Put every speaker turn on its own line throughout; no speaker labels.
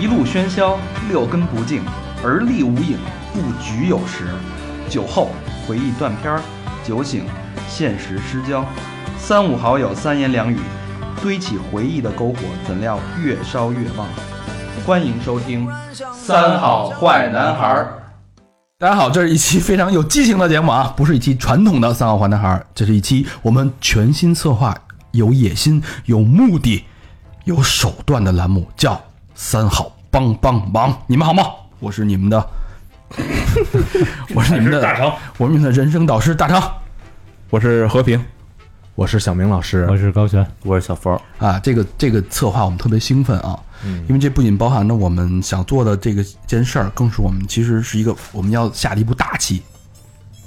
一路喧嚣，六根不净，而立无影，不局有时。酒后回忆断片儿，酒醒现实失焦。三五好友三言两语，堆起回忆的篝火，怎料越烧越旺。欢迎收听《三好坏男孩儿》。
大家好，这是一期非常有激情的节目啊，不是一期传统的三好坏男孩儿，这是一期我们全新策划、有野心、有目的、有手段的栏目，叫《三好帮帮忙》，你们好吗？我是你们的，我是你们的
大成，
我是你们的人生导师大成
我是和平，我是小明老师，
我是高璇，
我是小佛。
啊。这个这个策划我们特别兴奋啊，因为这不仅包含了我们想做的这个件事儿，更是我们其实是一个我们要下的一步大棋，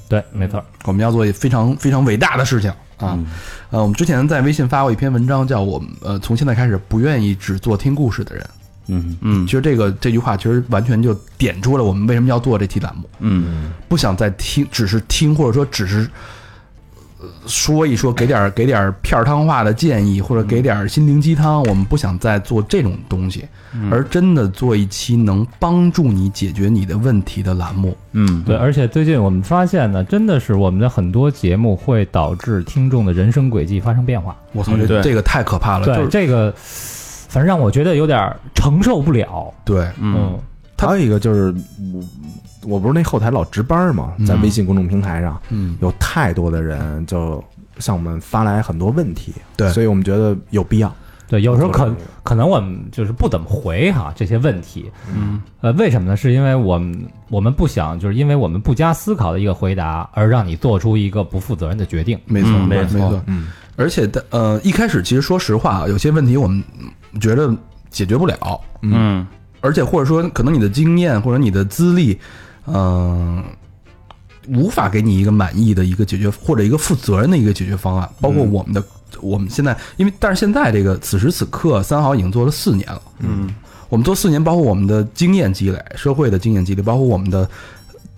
对，没错，
嗯
我们要做一非常非常伟大的事情啊！
嗯
呃，我们之前在微信发过一篇文章，叫我们呃从现在开始不愿意只做听故事的人。
嗯
嗯，其实这个这句话其实完全就点出了我们为什么要做这期栏目，
嗯，
不想再听，只是听或者说只是。呃说一说，给点儿给点儿片儿汤话的建议，或者给点儿心灵鸡汤。我们不想再做这种东西，
嗯
而真的做一期能帮助你解决你的问题的栏目。
对。而且最近我们发现呢，真的是我们的很多节目会导致听众的人生轨迹发生变化。
我
嗯
操，这
对
这个太可怕了！就
对，
是
这个反正让我觉得有点儿承受不了。
对，
嗯，
还有一个就是我，我不是那后台老值班嘛，在微信公众平台上，
嗯，
有太多的人就向我们发来很多问题，
对
所以我们觉得有必要。
对，有时候
我
可
同意
可能我们就是不怎么回哈这些问题。嗯，呃，为什么呢？是因为我们我们不想，就是因为我们不加思考的一个回答，而让你做出一个不负责任的决定。
没错，
嗯
没
没错
错，
嗯，
而且的呃，一开始其实说实话啊，有些问题我们觉得解决不了，
嗯
而且或者说可能你的经验或者你的资历，嗯、无法给你一个满意的一个解决或者一个负责任的一个解决方
嗯
案。包括我们的、我们现在，因为但是现在这个此时此刻，三好已经做了四年了，
嗯
我们做四年，包括我们的经验积累、社会的经验积累，包括我们的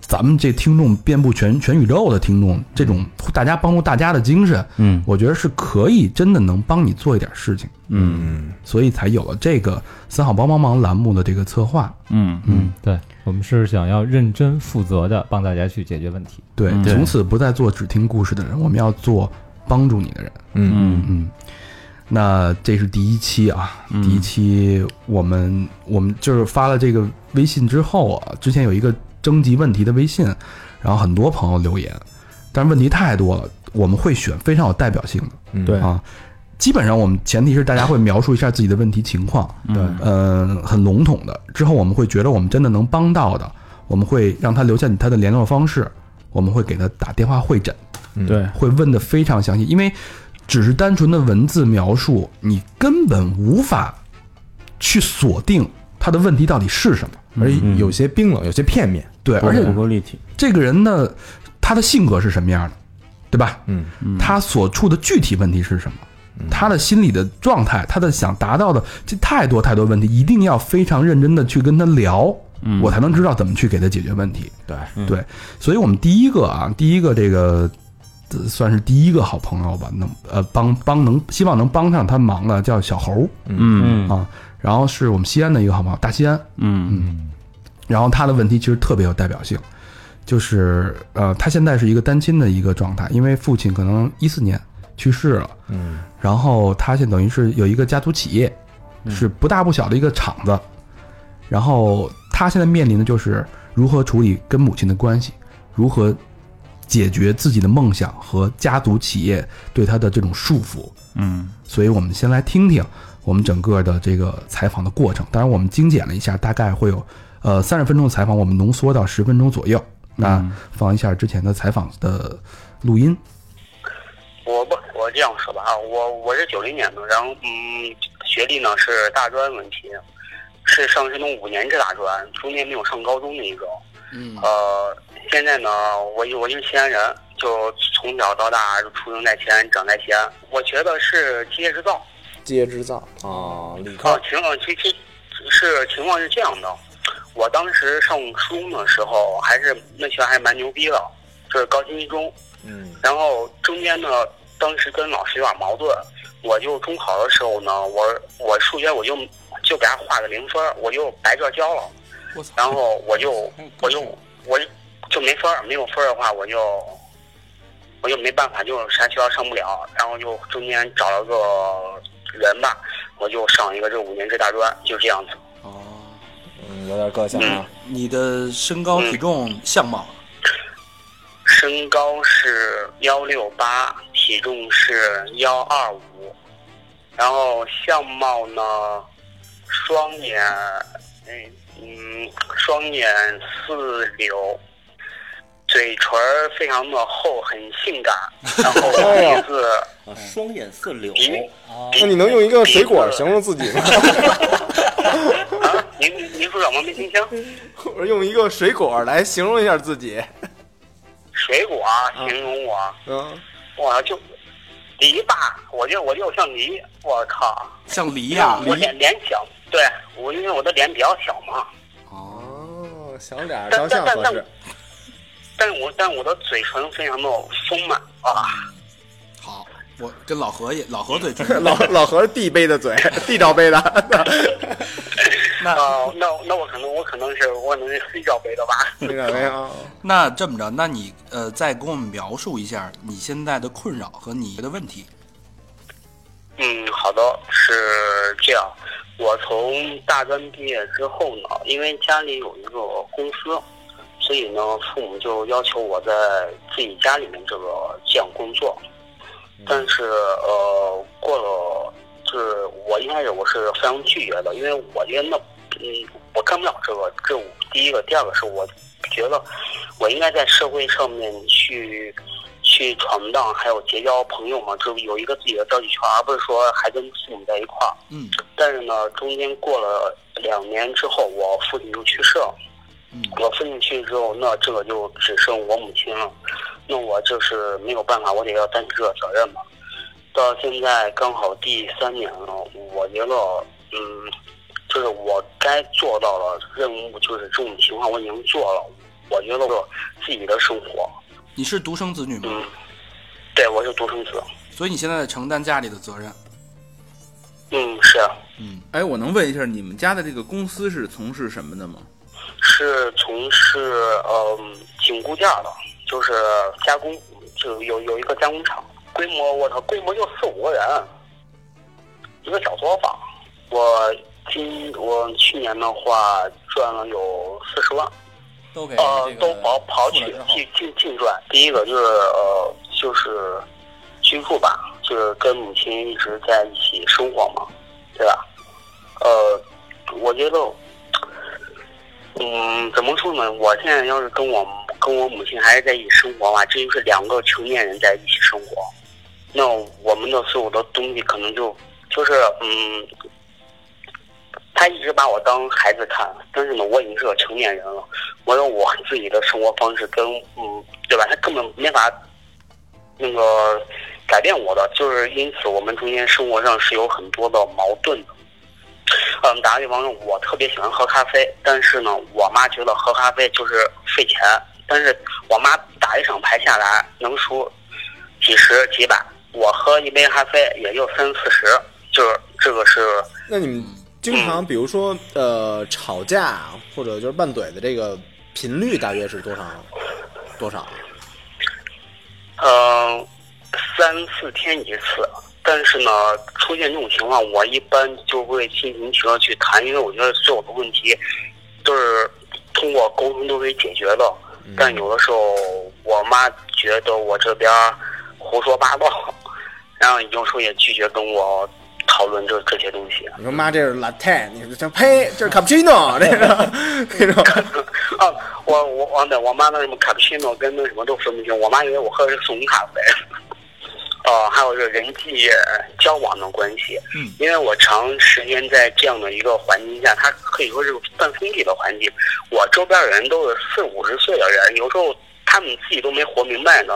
咱们这听众遍布全全宇宙的听众，这种大家帮助大家的精神，
嗯
我觉得是可以真的能帮你做一点事情，
嗯
所以才有了这个“三好帮帮忙”栏目的这个策划。
嗯
嗯，对，我们是想要认真负责的帮大家去解决问题。
对，
嗯
从此不再做只听故事的人，我们要做帮助你的人。
嗯
嗯
嗯，那这是第一期啊，第一期我们我们就是发了这个微信之后啊，之前有一个征集问题的微信，然后很多朋友留言，但是问题太多了，我们会选非常有代表性的
嗯，
对
啊。基本上我们前提是大家会描述一下自己的问题情况，
嗯
嗯，很笼统的。之后我们会觉得我们真的能帮到的，我们会让他留下你他的联络方式，我们会给他打电话会诊，
嗯
对
会问的非常详细，因为只是单纯的文字描述，你根本无法去锁定他的问题到底是什么。
而且有些冰冷，有些片面。
对，而且
够立体。
这个人呢，他的性格是什么样的，对吧？
嗯，
他所处的具体问题是什么？
嗯
他的心理的状态，他的想达到的这太多太多问题，一定要非常认真的去跟他聊，我才能知道怎么去给他解决问题。
对，
嗯
对，所以我们第一个啊，第一个这个呃算是第一个好朋友吧，能呃帮帮能希望能帮上他忙的叫小猴
嗯
嗯
啊，然后是我们西安的一个好朋友大西安，
嗯
然后他的问题其实特别有代表性，就是呃，他现在是一个单亲的一个状态，因为父亲可能一四年去世了，
嗯，
然后他现在等于是有一个家族企业，是不大不小的一个厂子，然后他现在面临的就是如何处理跟母亲的关系，如何解决自己的梦想和家族企业对他的这种束缚，
嗯
所以我们先来听听我们整个的这个采访的过程。当然，我们精简了一下，大概会有呃三十分钟
嗯
的采访，我们浓缩到十分钟左右。那放一下之前的采访的录音。
我不，我这样说吧啊，我我是九零年的，然后嗯，学历呢是大专文凭，是上山东五年制大专，中间没有上高中的一种。嗯。呃，现在呢，我就我就是西安人，就从小到大就出生在西安，长在西安。我觉得是机械制造，
机械制造啊，理
啊
科，
情况其实是情况是这样的，我当时上初中的时候还是那学校还是蛮牛逼的，就是高新一中。
嗯
然后中间呢，当时跟老师有点矛盾，我就中考的时候呢，我我数学我就就给他划个零分儿，我就白这交了。
我操！
然后我就
还有高
我
手
就我就就没分儿，没有分儿的话，我就我就没办法，就啥学校上不了，然后就中间找了个人吧，我就上一个这五年制大专，就这样子。
哦，
嗯，有点各项啊。
你的身高、
嗯
体重、相貌，
身高是幺六八，体重是幺二五，然后相貌呢，双眼，嗯嗯，双眼四六，嘴唇儿非常的厚，很性感，然后鼻子，
啊，双眼四柳
鼻
啊，
鼻
那哎你能用一个水果形容自己吗？
啊？您您说什么没听清？
我说用一个水果来形容一下自己。
水果啊形容我，
嗯，
我就梨吧，我就我就像梨，我靠。
像梨
一
呀、
我脸脸小，对我因为我的脸比较小嘛，
哦，想脸
但但
朝向
但
合
但
适。
但是我但我的嘴唇非常的丰满啊，
好，我跟老何也老何最近
老老何是地杯的嘴， 地罩杯的，
那那那我可能我可能是我可能是 黑罩杯的吧，
地罩杯啊。
那这么着，那你呃，再跟我们描述一下你现在的困扰和你的问题。
嗯，好的，是这样。我从大专毕业之后呢，因为家里有一个公司，所以呢，父母就要求我在自己家里面这个这样工作。但是呃，过了，就是我一开始我是非常拒绝的，因为我觉得那嗯，我干不了这个，这我第一个，第二个是我觉得我应该在社会上面去去闯荡，还有结交朋友嘛，就是有一个自己的交际圈，而不是说还跟父母在一块儿。
嗯
但是呢，中间过了两年之后，我父亲就去世了。
嗯
我父亲去世之后，那这个就只剩我母亲了。那我就是没有办法，我得要担起这个责任嘛。到现在刚好第三年了，我觉得，嗯，就是我该做到了任务，就是这种情况我已经做了。我觉得我自己的生活，
你是独生子女吗？
嗯，对我是独生子，
所以你现在承担家里的责任。
嗯，是
嗯，
哎，我能问一下，你们家的这个公司是从事什么的吗？
是从事嗯紧固件儿的，就是加工，就有有一个加工厂，规模我操，规模就四五个人，一个小作坊。我今我去年的话赚了有四十万，
都给
呃，
这个
都刨刨
付
去
了之后
净净净赚。第一个就是呃就是居住吧，就是跟母亲一直在一起生活嘛，对吧？呃，我觉得，嗯，怎么说呢？我现在要是跟我跟我母亲还是在一起生活吧，这就是两个成年人在一起生活，那我们的所有的东西可能就就是嗯。他一直把我当孩子看，但是呢，我已经是个成年人了，我有我自己的生活方式跟嗯，对吧？他根本没法那个改变我的，就是因此我们中间生活上是有很多的矛盾的。嗯，打个比方说，我特别喜欢喝咖啡，但是呢，我妈觉得喝咖啡就是费钱，但是我妈打一场牌下来能输几十几百，我喝一杯咖啡也就三四十，就是这个是
那你们经常比如说呃吵架或者就是拌嘴的这个频率大约是多少？多少？
嗯，三四天一次。但是呢，出现这种情况，我一般就会尽情提了去谈，因为我觉得所有的问题都是通过沟通都可以解决的。但有的时候，我妈觉得我这边儿胡说八道，然后有时候也拒绝跟我讨论这这些东西。
你说妈，这是 latte，你说这呸，这是 cappuccino，这是 那种。
啊，我我我对我妈那什么卡布奇诺跟那什么都分不清，我妈以为我喝的是速溶咖啡。哦，还有这人际交往的关系，
嗯，
因为我长时间在这样的一个环境下，它可以说是半封闭的环境。我周边的人都是四五十岁的人，有时候他们自己都没活明白呢。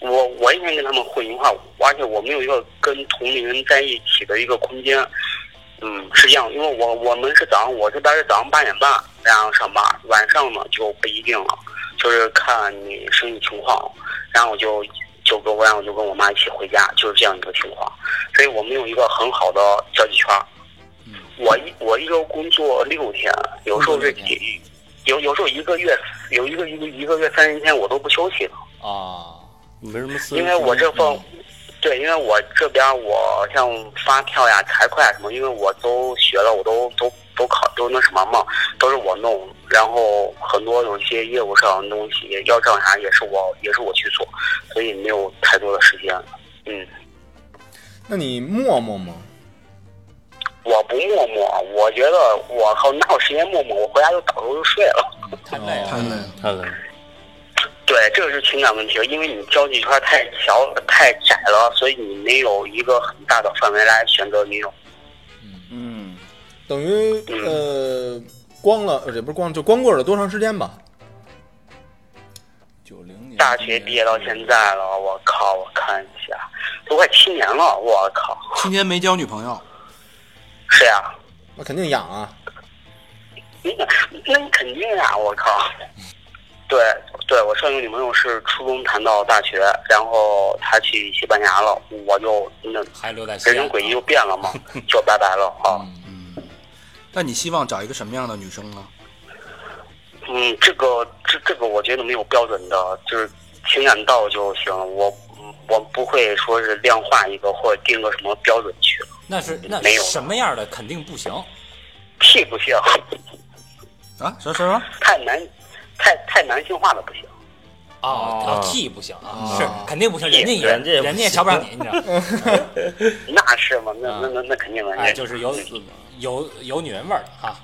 我我一天跟他们混一块儿，而且我没有一个跟同龄人在一起的一个空间，嗯，是这样，因为我我们是早上，我这边是早上八点半，然后上班，晚上呢就不一定了，就是看你生意情况，然后我就就跟我然后我就跟我妈一起回家，就是这样一个情况，所以我们有一个很好的交际圈儿。我一我一周工作六天，有时候这
工作六
几有有时候一个月有一个一个一个月三十天我都不休息的，
啊，没什么私
因为我这份对，因为我这边我像发票呀、财会啊什么，因为我都学了，我都都都考都那什么嘛，都是我弄。然后很多有些业务上的东西，要账啥也是我也是我去做，所以没有太多的时间。嗯，
那你磨磨吗？
我不默默，我觉得我靠哪有时间默默？我回家就倒头就睡了。
太累
太累了，
看看，
对，这个是情感问题，因为你交际圈太小了、太窄了，所以你没有一个很大的范围来选择女友。
嗯，
等于呃光了，呃也不是光了，就光棍了多长时间吧？
九零年
大学毕业到现在了，我靠！我看一下，都快七年了，我靠！
七年没交女朋友，
是呀、
那肯定痒啊！
那那你肯定呀、我靠！对对，我上一个女朋友是初中谈到大学，然后她去西班牙了，我就那
还留在西
人生
安
轨迹就变 了嘛，就拜拜了啊。
但你希望找一个什么样的女生呢？
嗯，这个这这个我觉得没有标准的，就是情感到就行，我我不会说是量化一个或者定个什么标准去，
那是那
没有
什么样的肯定不行。
屁不行，
啊，什么什么？
太男太太男性化了不行。
啊
哦
，T 不行啊，是肯定不行，
T，
人家也
人
家人家也瞧不上你，你知道吗？
那是吗？那
啊
那那那肯定的。
哎，就是有有有女人味儿啊，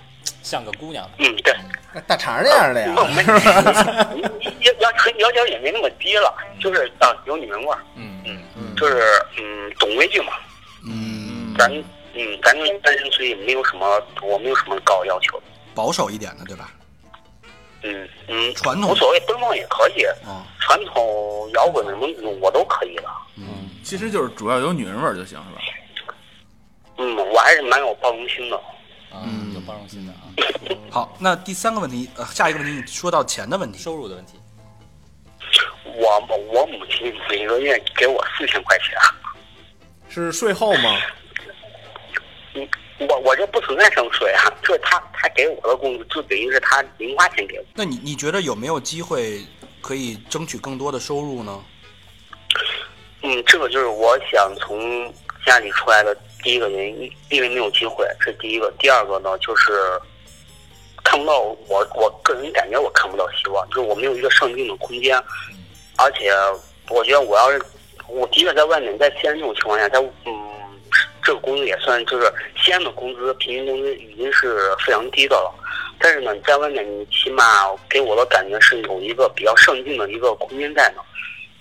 像个姑娘。
嗯，对，
那大肠那样的呀
那，我们要要要求也没那么低了，就是啊，有女人味儿，
嗯，
嗯，就是嗯，懂规矩嘛，
嗯，
咱嗯，咱就单身，所以没有什么，我没有什么高要求，
保守一点的，对吧？
嗯嗯，
传
无
统
所谓，奔放也可以，
哦
啊，
传统摇滚什么嗯我都可以的，
嗯其实就是主要有女人味儿就行，是吧？
嗯，我还是蛮有包容心的，
啊，有包容心的啊，
好，那第三个问题，呃，下一个问题，你说到钱的问题，
收入的问题。
我我母亲每个月给我四千块钱，
是税后吗？
嗯，我我这不存在省水啊，就是他他给我的工资就等于是他零花钱给我。
那你你觉得有没有机会可以争取更多的收入呢？
嗯，这个就是我想从家里出来的第一个原因，因为没有机会，这是第一个。第二个呢，就是看不到我，我个人感觉我看不到希望，就是我没有一个上进的空间，而且我觉得我要是我的确在外面，在西安这种情况下，在嗯。这个工资也算，就是西安的工资，平均工资已经是非常低的了。但是呢，在外面你起码给我的感觉是有一个比较上进的一个空间在的。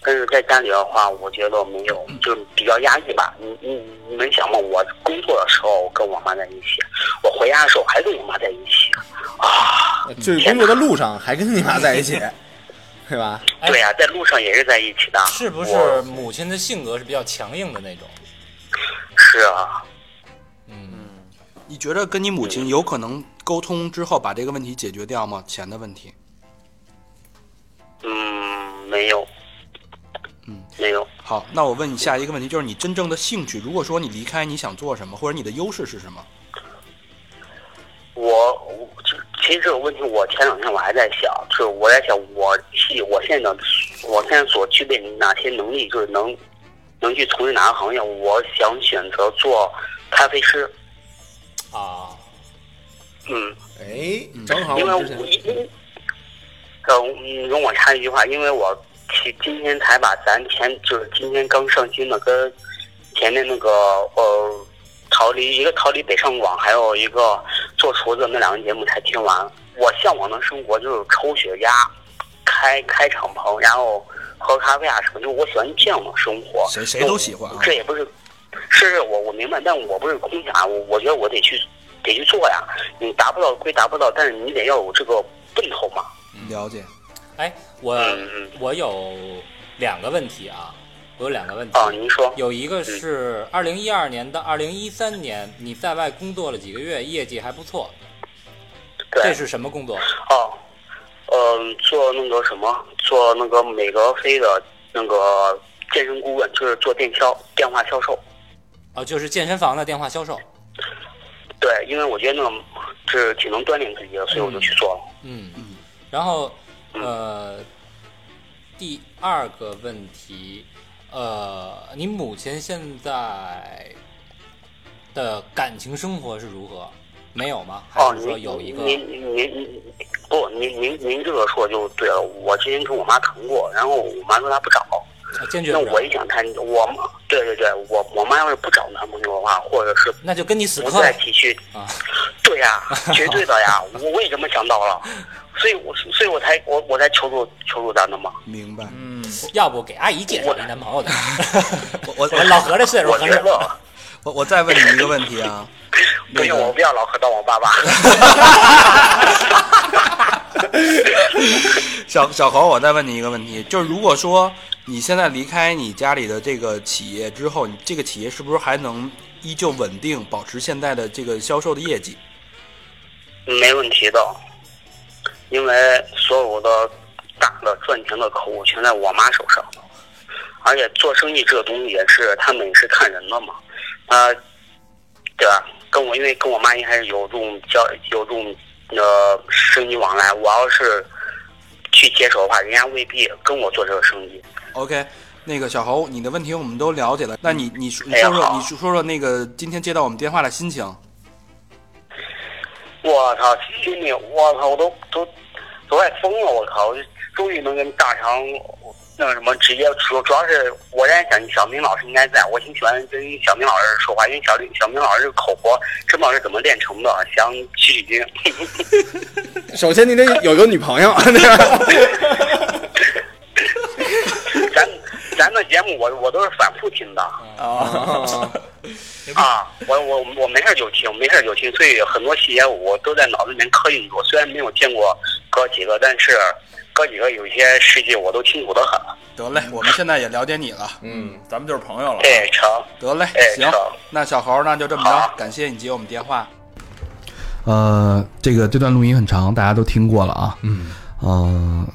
但是在家里的话，我觉得没有，就是比较压抑吧。你你你们想嘛，我工作的时候跟我妈在一起，我回家的时候还跟我妈在一起，啊，
就是工作的路上还跟你妈在一起， 对吧？
哎
对呀、啊在路上也是在一起的，
是不是
我
母亲的性格是比较强硬的那种？
是啊，
嗯，
你觉得跟你母亲有可能沟通之后把这个问题解决掉吗？钱的问题。
嗯，没有，
嗯，
没有，
好，那我问你下一个问题，就是你真正的兴趣，如果说你离开，你想做什么，或者你的优势是什么？
我我就其实这个问题，我前两天我还在想，就是我在想我系我现在的我现在所具备哪些能力，就是能能去从事哪个行业。我想选择做咖啡师，
啊，
嗯，
哎，正好
因为
我
我
之
因
前
为呃，嗯容我插一句话，因为我其今天才把咱前就是今天刚上新的跟前面那个呃逃离一个逃离北上广，还有一个做厨子那两个节目才听完。我向往的生活就是抽雪茄，开开敞篷，然后喝咖啡啊什么，就我喜欢这样的生活。
谁谁都喜欢啊
这也不是，是是我我明白，但我不是空想，啊我我觉得我得去得去做呀。你达不到归达不到，但是你得要有这个奔头嘛。
了解，
哎，我
嗯嗯
我有两个问题啊，我有两个问题。
啊，您说，
有一个是二零一二年到二零一三年，你在外工作了几个月，业绩还不错，这
对，
是什么工作？
哦，嗯，做那个什么，做那个美格飞的那个健身顾问，就是做电销、电话销售。
哦，就是健身房的电话销售。
对，因为我觉得那个是挺能锻炼自己的，所以我就去做了。
嗯，然后呃，第二个问题，呃，你母亲现在的感情生活是如何？没有吗？嗯还
哦，
是
您
说有一个？
您您您不，您您您这个说就对了。我之前跟我妈谈过，然后我妈说她不找，
啊坚决
那
不找
我也想谈。我妈对对对，我我妈要是不找男朋友的话，或者是
那就跟你死
不
磕
再继续，
啊！
对呀、绝对的呀。我我也这么想到了，所以我所以我才我我才求助求助咱的嘛。
明白。
嗯，要不给阿姨介绍一男朋友的？
我 我
老何这岁数
我
合
觉
适吗？
得哎
我我再问你一个问题 啊，
不
那
用，我
个
不要老和当我爸爸。
小小侯，我再问你一个问题，就是如果说你现在离开你家里的这个企业之后，你这个企业是不是还能依旧稳定，保持现在的这个销售的业绩？
没问题的，因为所有的大的赚钱的客户全在我妈手上，而且做生意这个东西也是他们也是看人的嘛，啊、对吧？跟我因为跟我妈也还是有这种交有这种呃生意往来，我要是去接手的话，人家未必跟我做这个生意。
OK，那个小侯，你的问题我们都了解了。那你你说你
哎呀
说说
好
你说说那个今天接到我们电话的心情。
我操，经理，我操，我都都都快疯了，我靠！我就终于能跟大肠那个什么直接，主主要是我原来想小明老师应该在，我挺喜欢跟小明老师说话，因为小明小明老师这个口活真不知道是怎么练成的，想取取经。
首先你得有个女朋友，那 个
咱咱的节目我我都是反复听的
啊，
啊，我我我没事就听，没事就听，所以很多细节我都在脑子里面刻印住，虽然没有见过哥几个，但是哥几个有一些事迹我都清楚的很。
得嘞，我们现在也了解你了，
嗯，
咱们就是朋友了。啊
对，成。
得嘞
哎，
行
好，
那小侯那就这么
好
着，感谢你接我们电话。
呃，这个这段录音很长，大家都听过了啊。嗯，呃，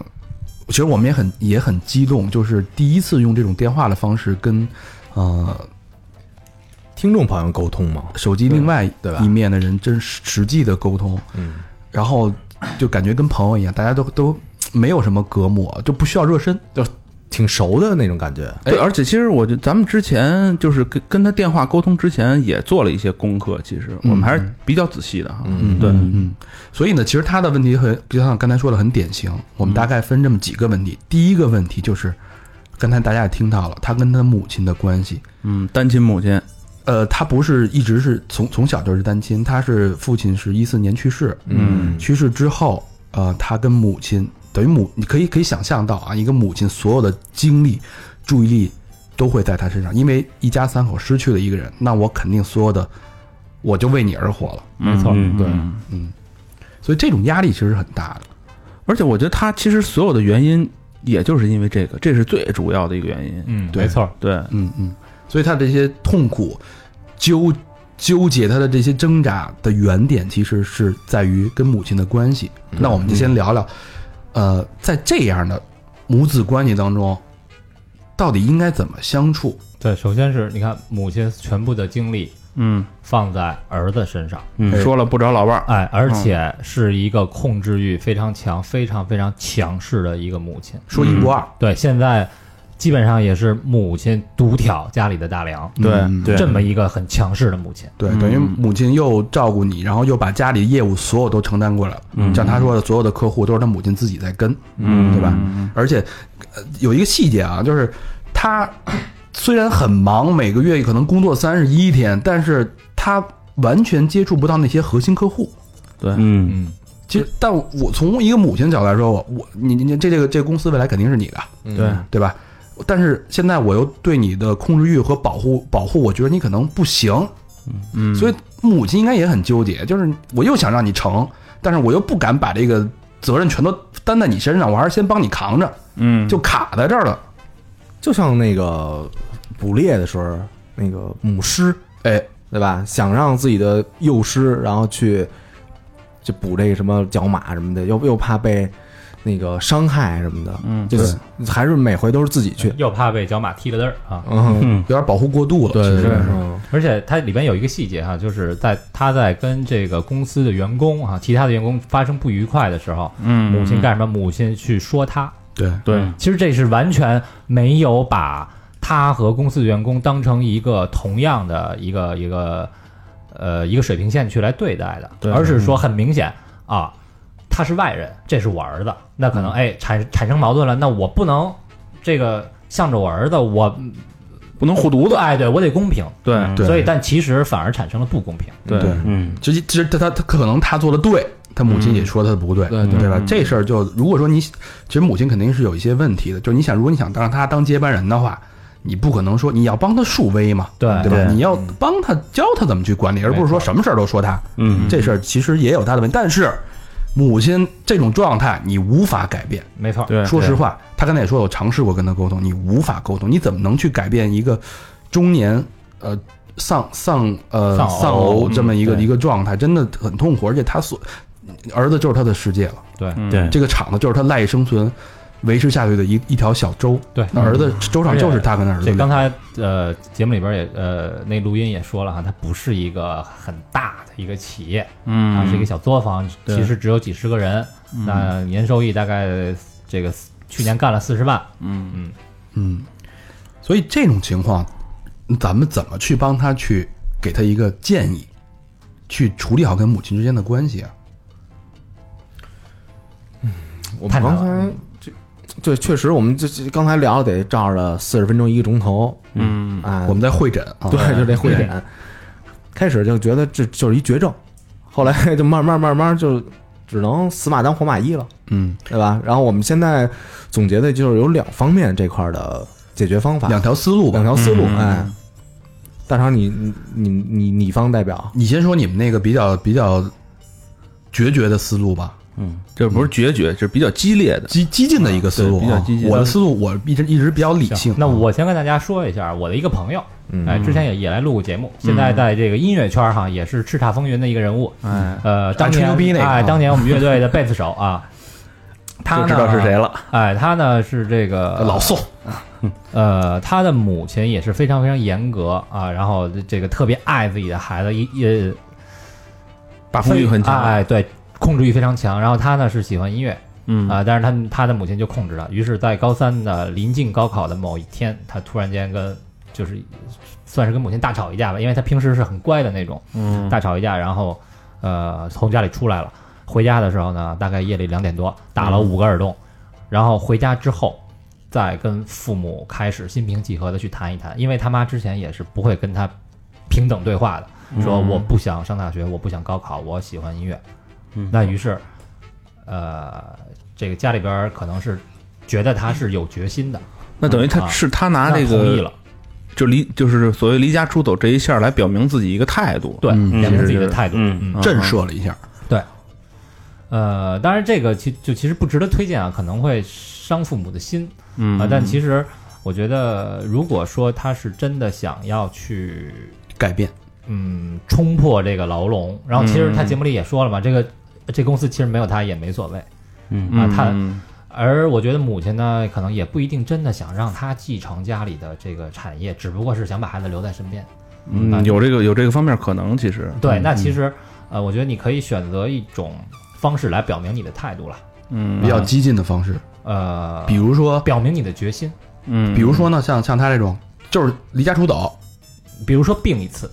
其实我们也很也很激动，就是第一次用这种电话的方式跟呃
听众朋友沟通嘛，
手机另
嗯
外
对吧
一面的人真实实际的沟通，
嗯，
然后就感觉跟朋友一样，大家都都没有什么隔膜，就不需要热身。
就是挺熟的那种感觉。
对，而且其实我觉得咱们之前就是跟跟他电话沟通之前也做了一些功课，其实我们还
嗯
是比较仔细的哈。嗯，对，
嗯，所以呢，其实他的问题很，就像刚才说的很典型。我们大概分这么几个问题。第一个问题就是，刚才大家也听到了，他跟他母亲的关系。
嗯，单亲母亲，
呃，他不是一直是从从小就是单亲，他是父亲是一四年去世，嗯，去世之后，呃，他跟母亲等于母，你可以可以想象到啊，一个母亲所有的精力、注意力都会在他身上，因为一家三口失去了一个人，那我肯定所有的我就为你而活了，
没错，对。
嗯
所以这种压力其实是很大的。
而且我觉得他其实所有的原因，也就是因为这个，这是最主要的一个原因。
嗯，
对
没错，
对，
嗯嗯，所以他这些痛苦、纠纠结，他的这些挣扎的原点，其实是在于跟母亲的关系。那我们就先聊聊，呃，在这样的母子关系当中，到底应该怎么相处？
对，首先是你看母亲全部的精力
嗯
放在儿子身上，
嗯，说了不找老伴儿，
哎，而且是一个控制欲非常强、非常非常强势的一个母亲。
说一啊不二，
对，现在基本上也是母亲独挑家里的大梁，
对对，
这么一个很强势的母亲。
对，等于母亲又照顾你，然后又把家里业务所有都承担过来了。像他说的，所有的客户都是他母亲自己在跟，嗯，对吧？而且、呃有一个细节啊，就是他虽然很忙，每个月可能工作三十一天，但是他完全接触不到那些核心客户。
嗯
其实，但我从一个母亲角度来说，我我你你你这这个这个公司未来肯定是你的，
对，
对吧？但是现在我又对你的控制欲和保护保护，我觉得你可能不行，嗯，所以母亲应该也很纠结，就是我又想让你成，但是我又不敢把这个责任全都担在你身上，我还是先帮你扛着，
嗯，
就卡在这儿了。
就像那个捕猎的时候，那个母狮，
哎，
对吧？想让自己的幼狮，然后去就捕这个什么角马什么的，又又怕被那个伤害什么的，
嗯
就是还是每回都是自己去，
又怕被角马踢了嘚儿啊。
嗯，
有点保护过度了。
对
其
对
实
对，
是
嗯
而且它里边有一个细节哈、就是在他在跟这个公司的员工啊，其他的员工发生不愉快的时候，
嗯
母亲干什么？母亲去说他，
对
对，
其实这是完全没有把他和公司的员工当成一个同样的一个一个呃一个水平线去来对待的，而是说很明显啊，他是外人，这是我儿子，那
嗯
可能哎产产生矛盾了，那我不能这个向着我儿子，我
不能护犊子。
哎对我得公平，
对
对
所以但其实反而产生了不公平。
对
对
嗯，
其实其实他他他可能他做的对，他母亲也说他的不对，
嗯
对
对对
吧？这事儿就如果说你其实母亲肯定是有一些问题的，就是你想，如果你想让他当接班人的话，你不可能说你要帮他树威嘛，
对
对吧？
对
你要帮他教他怎么去管理，而不是说什么事儿都说他。
嗯
这事儿其实也有他的问题，但是母亲这种状态你无法改变。
没错，
对
说实话，他刚才也说，我尝试过跟他沟通，你无法沟通，你怎么能去改变一个中年呃丧丧呃
丧偶
丧偶这么一个
嗯对
一个状态？真的很痛苦，而且他所儿子就是他的世界了，
对
对，
这个厂子就是他赖以生存、维持下去的一一条小舟。
对
那儿子舟上就是他跟儿子
这
俩。
刚才呃节目里边也呃那录音也说了哈，它不是一个很大的一个企业，它是一个小作坊，其实只有几十个人，那年收益大概这个去年干了四十万，
嗯，所以这种情况，咱们怎么去帮他去给他一个建议，去处理好跟母亲之间的关系啊？
我
太
们
难
刚
了
才这对，确实我们这这刚才聊了得照着四十分钟一个钟头，嗯啊，
我们在会诊啊，
对，就这会诊，开始就觉得这就是一绝症，后来 就慢慢慢慢就只能死马当活马医了，
嗯，
对吧？然后我们现在总结的就是有两方面这块儿的解决方法，
两条思路吧嗯
两。条思路，哎，大肠你你你你你方代表，
你先说你们那个比较比较决绝的思路吧，
这不是决绝，这是比较激烈的。
激激进的一个思路、啊
对比较激进
我的思路我一直一直比较理性。啊
那我先跟大家说一下，我的一个朋友，
嗯
哎，之前也也来录过节目，现在在这个音乐圈哈也是叱咤风云的一个人物，
哎，
呃，当
吹
年
牛逼那个
哎，
啊
当年我们乐队的贝斯手啊，他
就
呢
知道是谁，了。
哎，他呢是这个
老宋，
呃，他的母亲也是非常非常严格啊，然后这个特别爱自己的孩子，一呃也
把控欲很强
哎，对，控制欲非常强。然后他呢是喜欢音乐，嗯啊、但是他他的母亲就控制了。于是，在高三的临近高考的某一天，他突然间跟就是算是跟母亲大吵一架吧，因为他平时是很乖的那种，嗯，大吵一架，然后呃从家里出来了，回家的时候呢，大概夜里两点多，打了五个耳洞，然后回家之后。再跟父母开始心平气和的去谈一谈，因为他妈之前也是不会跟他平等对话的，说
嗯
我不想上大学，我不想高考，我喜欢音乐。
嗯
那于是，呃，这个家里边儿可能是觉得他是有决心的，
那等于
啊
他是他拿
那
这
同意
个
了，
就离就是所谓离家出走这一下来表明自己一个态度。
对，
嗯
表明自己
其实
的
是
态度。
嗯
嗯，
震慑了一下。
呃，当然这个其就其实不值得推荐啊，可能会伤父母的心
嗯
啊、但其实我觉得，如果说他是真的想要去
改变，
嗯，冲破这个牢笼。然后其
嗯
实他节目里也说了嘛，这个这公司其实没有他也没所谓。
嗯
啊，他
嗯
而我觉得母亲呢，可能也不一定真的想让他继承家里的这个产业，只不过是想把孩子留在身边。啊
嗯，有这个有这个方面可能，其
嗯
实
对，那其实呃，我觉得你可以选择一种方式来表明你的态度了。
嗯
比较激进的方式，
呃，
比如说，
表明你的决心，
嗯，
比如说呢，像像他这种，就是离家出走，
比如说病一次，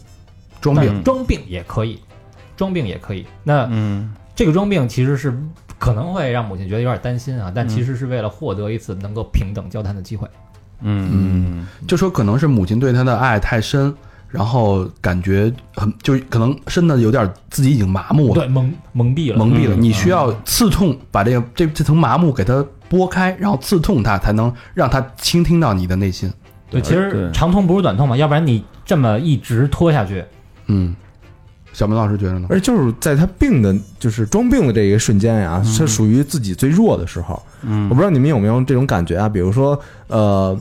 装病，
但装病也可以，装病也可以。那
嗯
这个装病其实是可能会让母亲觉得有点担心啊，
嗯
但其实是为了获得一次能够平等交谈的机会。
嗯
就说可能是母亲对他的爱太深，然后感觉很就可能深的有点自己已经麻木了，
对，蒙蒙蔽了，
蒙蔽了，
嗯
你需要刺痛，把这个这这层麻木给它拨开，然后刺痛它，才能让它倾听到你的内心。
对，其实
对
长痛不如短痛嘛，要不然你这么一直拖下去，
嗯，小明老师觉得呢？
而就是在他病的，就是装病的这一瞬间
嗯
呀、他属于自己最弱的时候。嗯，我不知道你们有没有这种感觉啊？比如说，呃，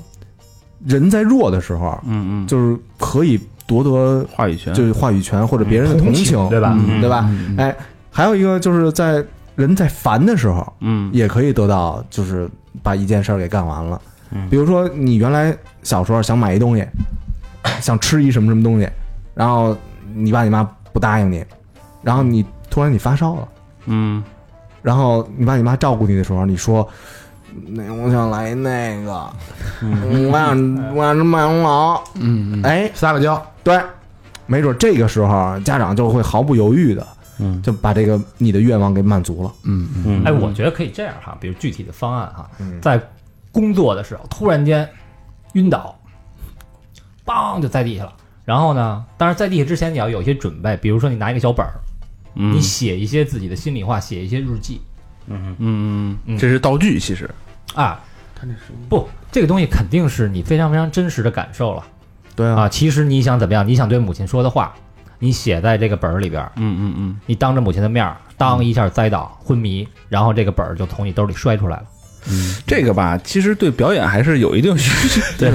人在弱的时候，
嗯嗯，
就是可以夺得
话语权
就是话语权或者别人的同情，
对吧？
嗯
对吧？哎，还有一个就是在人在烦的时候，嗯，也可以得到，就是把一件事儿给干完了。
嗯
比如说你原来小时候想买一东西， 想吃一什么什么东西，然后你爸你妈不答应你，然后你突然你发烧了，
嗯，
然后你爸你妈照顾你的时候，你说。那我想来那个，嗯我想我想吃麦当劳，
嗯嗯，
哎，
撒个娇，
对，没准这个时候啊家长就会毫不犹豫的，
嗯
就把这个你的愿望给满足了。
嗯嗯，
嗯
哎，我觉得可以这样哈，比如具体的方案哈
嗯，
在工作的时候突然间晕倒，梆就栽地下了。然后呢，当然在地下之前你要有一些准备，比如说你拿一个小本儿，
嗯
你写一些自己的心里话，写一些日记
嗯
嗯
嗯，这是道具，其实
啊。不，这个东西肯定是你非常非常真实的感受了
对
啊。，其实你想怎么样，你想对母亲说的话，你写在这个本儿里边儿，
嗯嗯嗯
你当着母亲的面儿，当一下栽倒昏迷，然后这个本儿就从你兜里摔出来了。
这个吧，其实对表演还是有一定需求，
对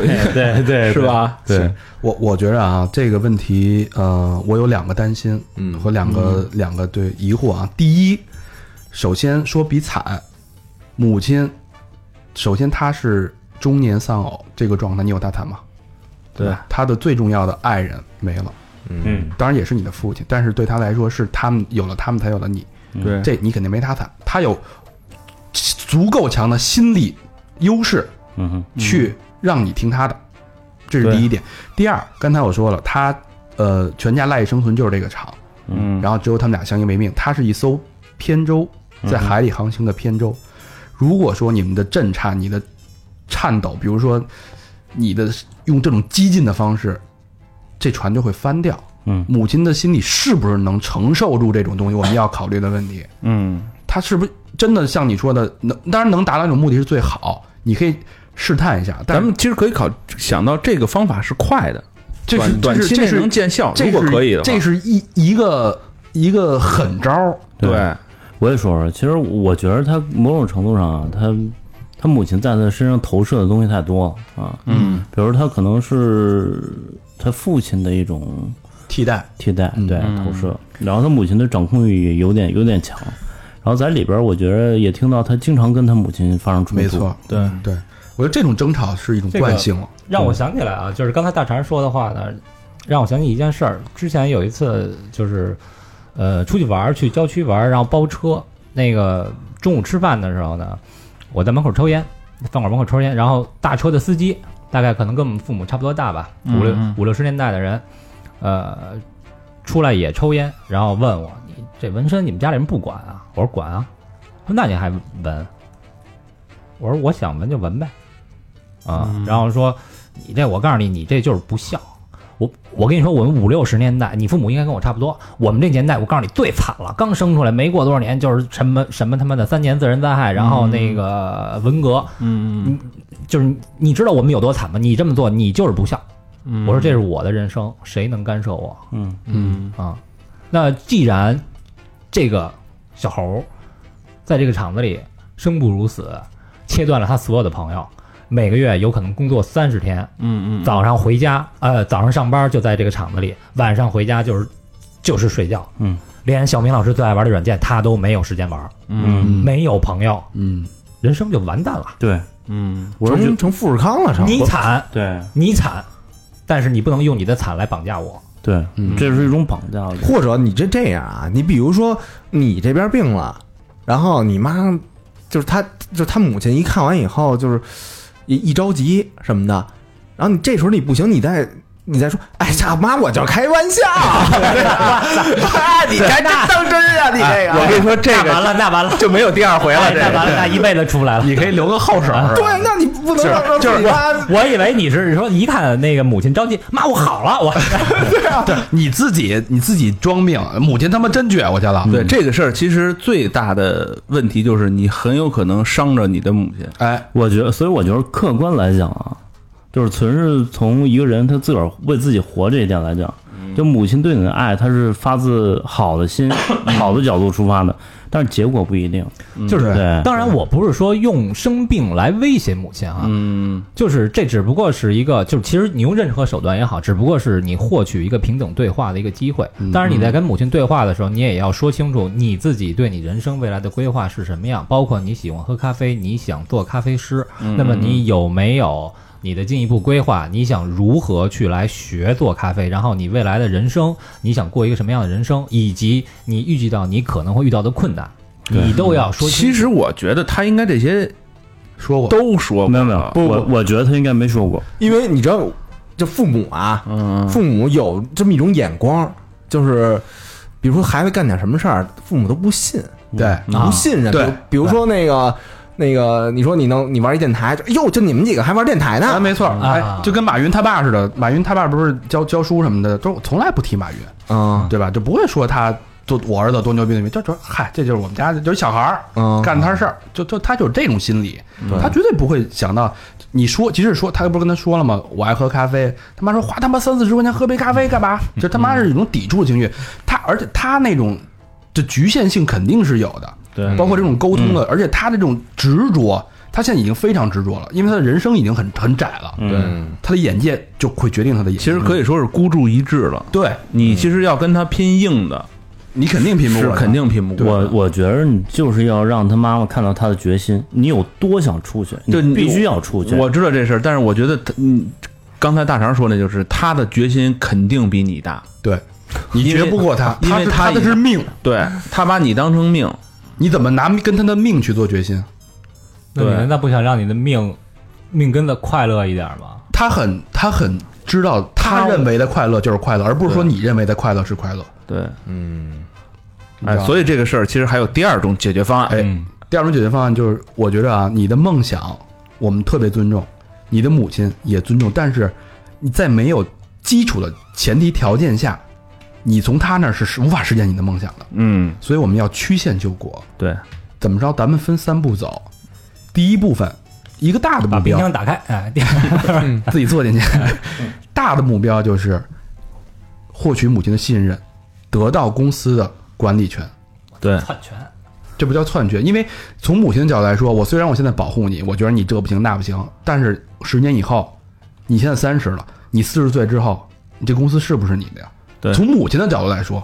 对
是？吧？
对我我觉着啊，这个问题，呃，我有两个担心，
嗯
和两个、两个对疑惑啊。第一，首先说比惨，母亲，首先她是中年丧偶这个状态，你有大惨吗？
对
吧，她的最重要的爱人没了，
嗯
当然也是你的父亲，但是对她来说是他们有了他们才有了你，
对，
这你肯定没她惨，她有足够强的心理优势，
嗯哼，
去让你听他的，这是第一点。第二，刚才我说了，他呃全家赖以生存就是这个厂，
嗯，
然后只有他们俩相依为命。它是一艘扁舟，
嗯
在海里航行的扁舟。如果说你们的震颤、你的颤抖，比如说你的用这种激进的方式，这船就会翻掉。
嗯
母亲的心里是不是能承受住这种东西？我们要考虑的问题。
嗯
他是不是真的像你说的能？当然能达到这种目的是最好，你可以试探一下。但
咱们其实可以考想到这个方法是快的，
这是
短短期
这
内
是
能见效，
这
如
是
果可以的话，
这是一一个一个狠招儿。
对，
我也说说，其实我觉得他某种程度上啊，他他母亲在他身上投射的东西太多了啊，
嗯
比如他可能是他父亲的一种
替代，
替代，
嗯
对
嗯
投射，然后他母亲的掌控欲也有点有点强，然后在里边我觉得也听到他经常跟他母亲发生冲突，
没错，嗯
对，
对，我觉得这种争吵是一种
这个
惯性了。
让我想起来
嗯
啊，就是刚才大肠说的话呢，让我想起一件事儿。之前有一次就是，呃，出去玩儿，去郊区玩儿，然后包车。那个中午吃饭的时候呢，我在门口抽烟，饭馆门口抽烟，然后大车的司机大概可能跟我们父母差不多大吧，五六
嗯嗯
五六十年代的人，呃，出来也抽烟，然后问我：“你这纹身你们家里人不管啊？”我说：“管啊。”他说：“那你还纹？”我说：“我想纹就纹呗。”啊，
嗯
然后说：“你这我告诉你，你这就是不孝。”我我跟你说，我们五六十年代，你父母应该跟我差不多。我们这年代，我告诉你最惨了，刚生出来没过多少年，就是什么什么他妈的三年自然灾害，然后那个文革，
嗯
就是你你知道我们有多惨吗？你这么做，你就是不孝。
嗯
我说这是我的人生，谁能干涉我？
嗯
嗯
啊。那既然这个小猴在这个厂子里生不如死，切断了他所有的朋友，每个月有可能工作三十天，
嗯嗯，
早上回家，呃，早上上班就在这个厂子里，晚上回家就是就是睡觉，
嗯，
连小明老师最爱玩的软件他都没有时间玩，
嗯
没有朋友，
嗯，
人生就完蛋了。
对
嗯
我是觉
成成富士康了，成
你惨，
对
你惨，但是你不能用你的惨来绑架我。
对，
嗯
这是一种绑架，我觉得
或者你这这样啊，你比如说你这边病了，然后你妈就是她就是她母亲一看完以后就是一一着急什么的，然后你这时候你不行，你再你再说，哎呀妈，我就开玩 笑，哎你还真当真啊你这个。
我跟你说，这
那完
个
了，那完了，
就没有第二回了
啊
哎，，那完了，那一辈子出不来了。
你 可以留个后手。
对，那你不能让让自己妈
我以为你是说一看那个母亲着急，妈我好了，我
对，你自己你自己装病，母亲他妈真撅过去了。
对这个事儿，其实最大的问题就是你很有可能伤着你的母亲。
哎，
我觉得，所以我觉得客
嗯
观来讲啊，就是纯是从一个人他自个儿为自己活这一点来讲，就母亲对你的爱，她是发自好的 心、好的角度出发的，但是结果不一定。
就是
嗯
对，
当然我不是说用生病来威胁母亲啊，嗯，就是这只不过是一个，就是其实你用任何手段也好，只不过是你获取一个平等对话的一个机会。当然你在跟母亲对话的时候，你也要说清楚你自己对你人生未来的规划是什么样，包括你喜欢喝咖啡，你想做咖啡师，
嗯
那么你有没有？你的进一步规划，你想如何去来学做咖啡，然后你未来的人生，你想过一个什么样的人生，以及你预计到你可能会遇到的困难，你都要说清楚
其实我觉得他应该这些
说过
都说过，啊
没有没
哎
有，
不
我
不
我觉得他应该没说过。
因为你知道，这父母啊，
嗯
父母有这么一种眼光，就是比如说孩子干点什么事儿，父母都不信，
对
不信任。
啊对
比如比如说那个那个，你说你能你玩一电台，就哟，就你们几个还玩电台呢？
啊，没错，哎，就跟马云他爸似的，马云他爸不是教教书什么的，都是我从来不提马云，
啊，
对吧？就不会说他多我儿子多牛逼的，就说嗨，这就是我们家的就是小孩儿、
嗯
干他事儿，就就他就有这种心理，
对
他绝对不会想到你说，即使说他不是跟他说了吗？我爱喝咖啡，他妈说花他妈三四十块钱喝杯咖啡干嘛？就他妈
嗯
是一种抵触情绪，他而且他那种就局限性肯定是有的，
对
包括这种沟通
嗯
的，而且他这种执着。他现在已经非常执着了，因为他的人生已经很很窄了，
对嗯，
他的眼界就会决定他的眼。其
实可以说是孤注一掷了。
对
你其实要跟他拼硬的，
你肯定拼不过
是
他
肯定拼不过。
我我觉得你就是要让他妈妈看到他的决心，你有多想出去，
对，
你必须要出去。
我知道这事儿，但是我觉得他，嗯，刚才大肠说的就是他的决心肯定比你大，
对，你
因为
绝不过他，
因为
他
他
的是命，
对他把你当成命，
你怎么拿跟他的命去做决心？
那你
对
难道不想让你的命命根子快乐一点吗？
他很他很知道他认为的快乐就是快乐，而不是说你认为的快乐是快乐。
对，
嗯，
哎，所以这个事儿其实还有第二种解决方案，
哎，第二种解决方案就是，我觉着啊，你的梦想我们特别尊重，你的母亲也尊重，但是你在没有基础的前提条件下，你从他那儿是无法实现你的梦想的。
嗯，
所以我们要曲线救国。
对，
怎么着？咱们分三步走。第一部分，一个大的目
把冰
标，
箱打开，哎，
自己坐进去。 大的目标就是获取母亲的信任，得到公司的管理权。
对，
篡权。
这不叫篡权，因为从母亲的角度来说，我虽然我现在保护你，我觉得你这不行那不行，但是十年以后，你现在三十了，你四十岁之后，你这公司是不是你的呀？
对
从母亲的角度来说，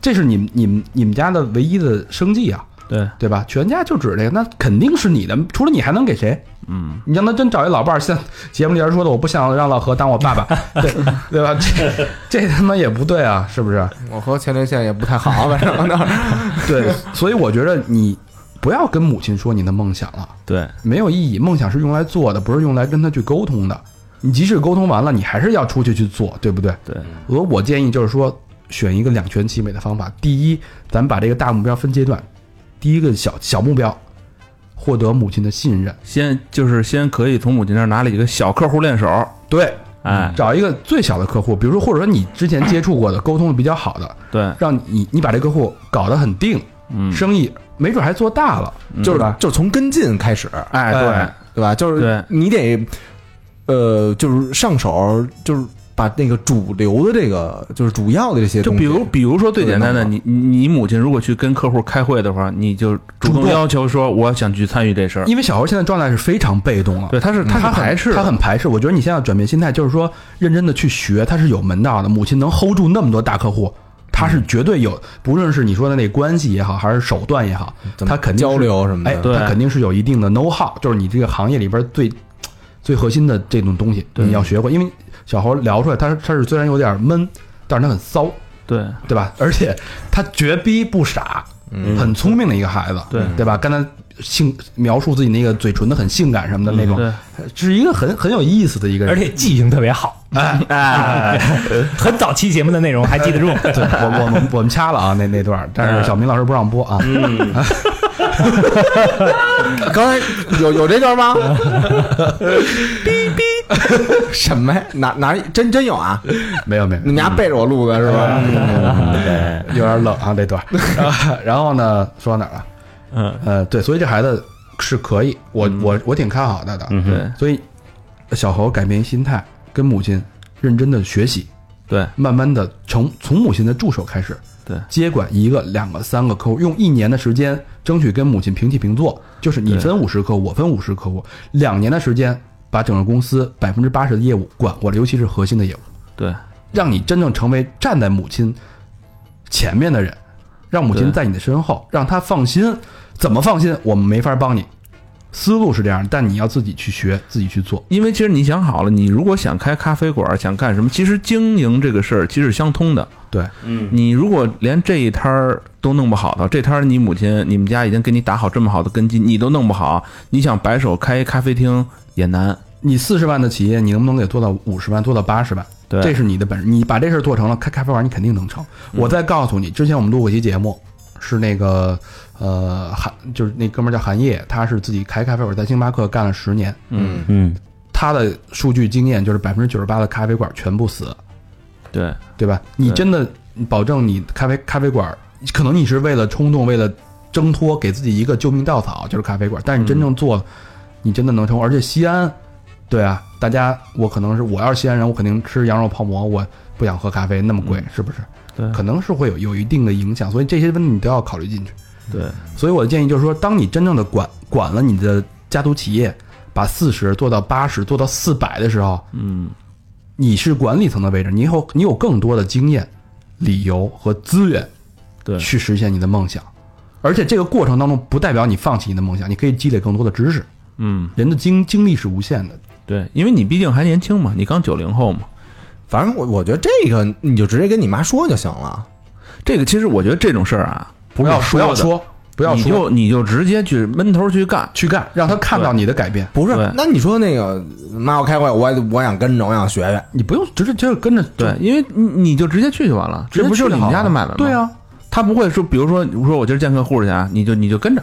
这是你们、你们、你们家的唯一的生计啊，
对
对吧？全家就指这个，那肯定是你的，除了你还能给谁？
嗯，
你让他真找一老伴儿，像节目里边说的，我不想让老何当我爸爸， 对对吧？这这他妈也不对啊，是不是？
我和前列腺也不太好，啊反正那
对，所以我觉得你不要跟母亲说你的梦想了，
对，
没有意义。梦想是用来做的，不是用来跟她去沟通的。你即使沟通完了，你还是要出去去做，对不对？
对。
而我建议就是说，选一个两全其美的方法。第一，咱把这个大目标分阶段，第一个小小目标，获得母亲的信任。
先就是先可以从母亲那儿拿了一个小客户练手，
对，
哎，
找一个最小的客户，比如说或者说你之前接触过的、沟通的比较好的，
对，
让你你把这客户搞得很定，
嗯，
生意没准还做大了，
就是
吧？
就是从跟进开始，
哎，对，
对吧？就
对
是你得，呃，就是上手，就是把那个主流的这个，就是主要的这些
就
东西，
比如，比如说最简单的，
对
你你你母亲如果去跟客户开会的话，你就主
主
动
动
要求说，我想去参与这事儿。
因为小猴现在状态是非常被动了，
对，他是他是
很
排斥的，
他很排斥。我觉得你现在要转变心态，就是说认真的去学，他是有门道的。母亲能 hold 住那么多大客户，他
嗯
是绝对有，不论是你说的那关系也好，还是手段也好，
怎么
他肯定是
交流什么的
哎，
对
他肯定是有一定的 know how，就是你这个行业里边最最核心的这种东西，你要学会。因为小猴聊出来，他他是虽然有点闷，但是他很骚，
对
对吧？而且他绝逼不傻，
嗯
很聪明的一个孩子，
对
对吧？刚才性描述自己那个嘴唇的很性感什么的那种，
对
是一个很很有意思的一个人。
而且记性特别好，
哎，
哎， 很早期节目的内容还记得住。
对我我们我们掐了啊那那段儿，但是小明老师不让播啊。
刚才有有这段吗？ 哔哔， 什么呀？哪哪真真有啊？
没有没有，
你们俩背着我录的是吧？
对，
有点冷啊这段 儿。然后呢，说到哪儿了？
嗯
呃，对，所以这孩子是可以，我我我挺看好他的。
嗯哼
对
所以小猴改变心态，跟母亲认真的学习，
对，
慢慢的从从母亲的助手开始，
对，
接管一个、两个、三个客户，用一年的时间争取跟母亲平起平坐，就是你
对
分五十客户，我分五十客户，两年的时间把整个公司百分之八十的业务管过来，尤其是核心的业务，
对，
让你真正成为站在母亲前面的人，让母亲
对
在你的身后，让她放心。怎么放心？我们没法帮你，思路是这样，但你要自己去学，自己去做。
因为其实你想好了，你如果想开咖啡馆，想干什么，其实经营这个事儿其实是相通的。
对，
嗯，你如果连这一摊儿都弄不好的，这摊儿你母亲、你们家已经给你打好这么好的根基，你都弄不好，你想白手开一咖啡厅也难。
你四十万的企业，你能不能给做到五十万，做到八十万？
对
这是你的本事。你把这事儿做成了，开咖啡馆你肯定能成。
嗯
我再告诉你，之前我们录过一期节目，是那个呃韩，就是那哥们儿叫韩烨，他是自己开咖啡馆，在星巴克干了十年。
嗯
嗯，
他的数据经验就是百分之九十八的咖啡馆全部死，
对
对吧？你
对
真的保证你咖啡咖啡馆，可能你是为了冲动，为了挣脱，给自己一个救命稻草，就是咖啡馆。但是你
嗯
真正做，你真的能成功。而且西安，对啊，大家我可能是我要是西安人，我肯定吃羊肉泡馍，我不想喝咖啡，那么贵，是不是？
对
可能是会有有一定的影响，所以这些问题你都要考虑进去。
对，
所以我的建议就是说，当你真正的管管了你的家族企业，把四十做到八十，做到四百的时候，
嗯，
你是管理层的位置，你有你有更多的经验、理由和资源，
对，
去实现你的梦想。而且这个过程当中，不代表你放弃你的梦想，你可以积累更多的知识。
嗯，
人的精精力是无限的。
对，因为你毕竟还年轻嘛，你刚九零后嘛。
反正我我觉得这个你就直接跟你妈说就行了。
这个其实我觉得这种事儿啊，
不
要
不要
的
说，不要
你
说
就你就直接去闷头去干，
去干，让他看到你的改变。
不是
对，
那你说那个妈，我开会，我我想跟着，我想学学。
你不用直接就是跟着
对，因为你你就直接去就完了，
直接
这不
去
就是你
好
们家
了
的买卖吗？
对啊，
他不会说，比如说，我说我今儿见客户去啊，你就你就跟着，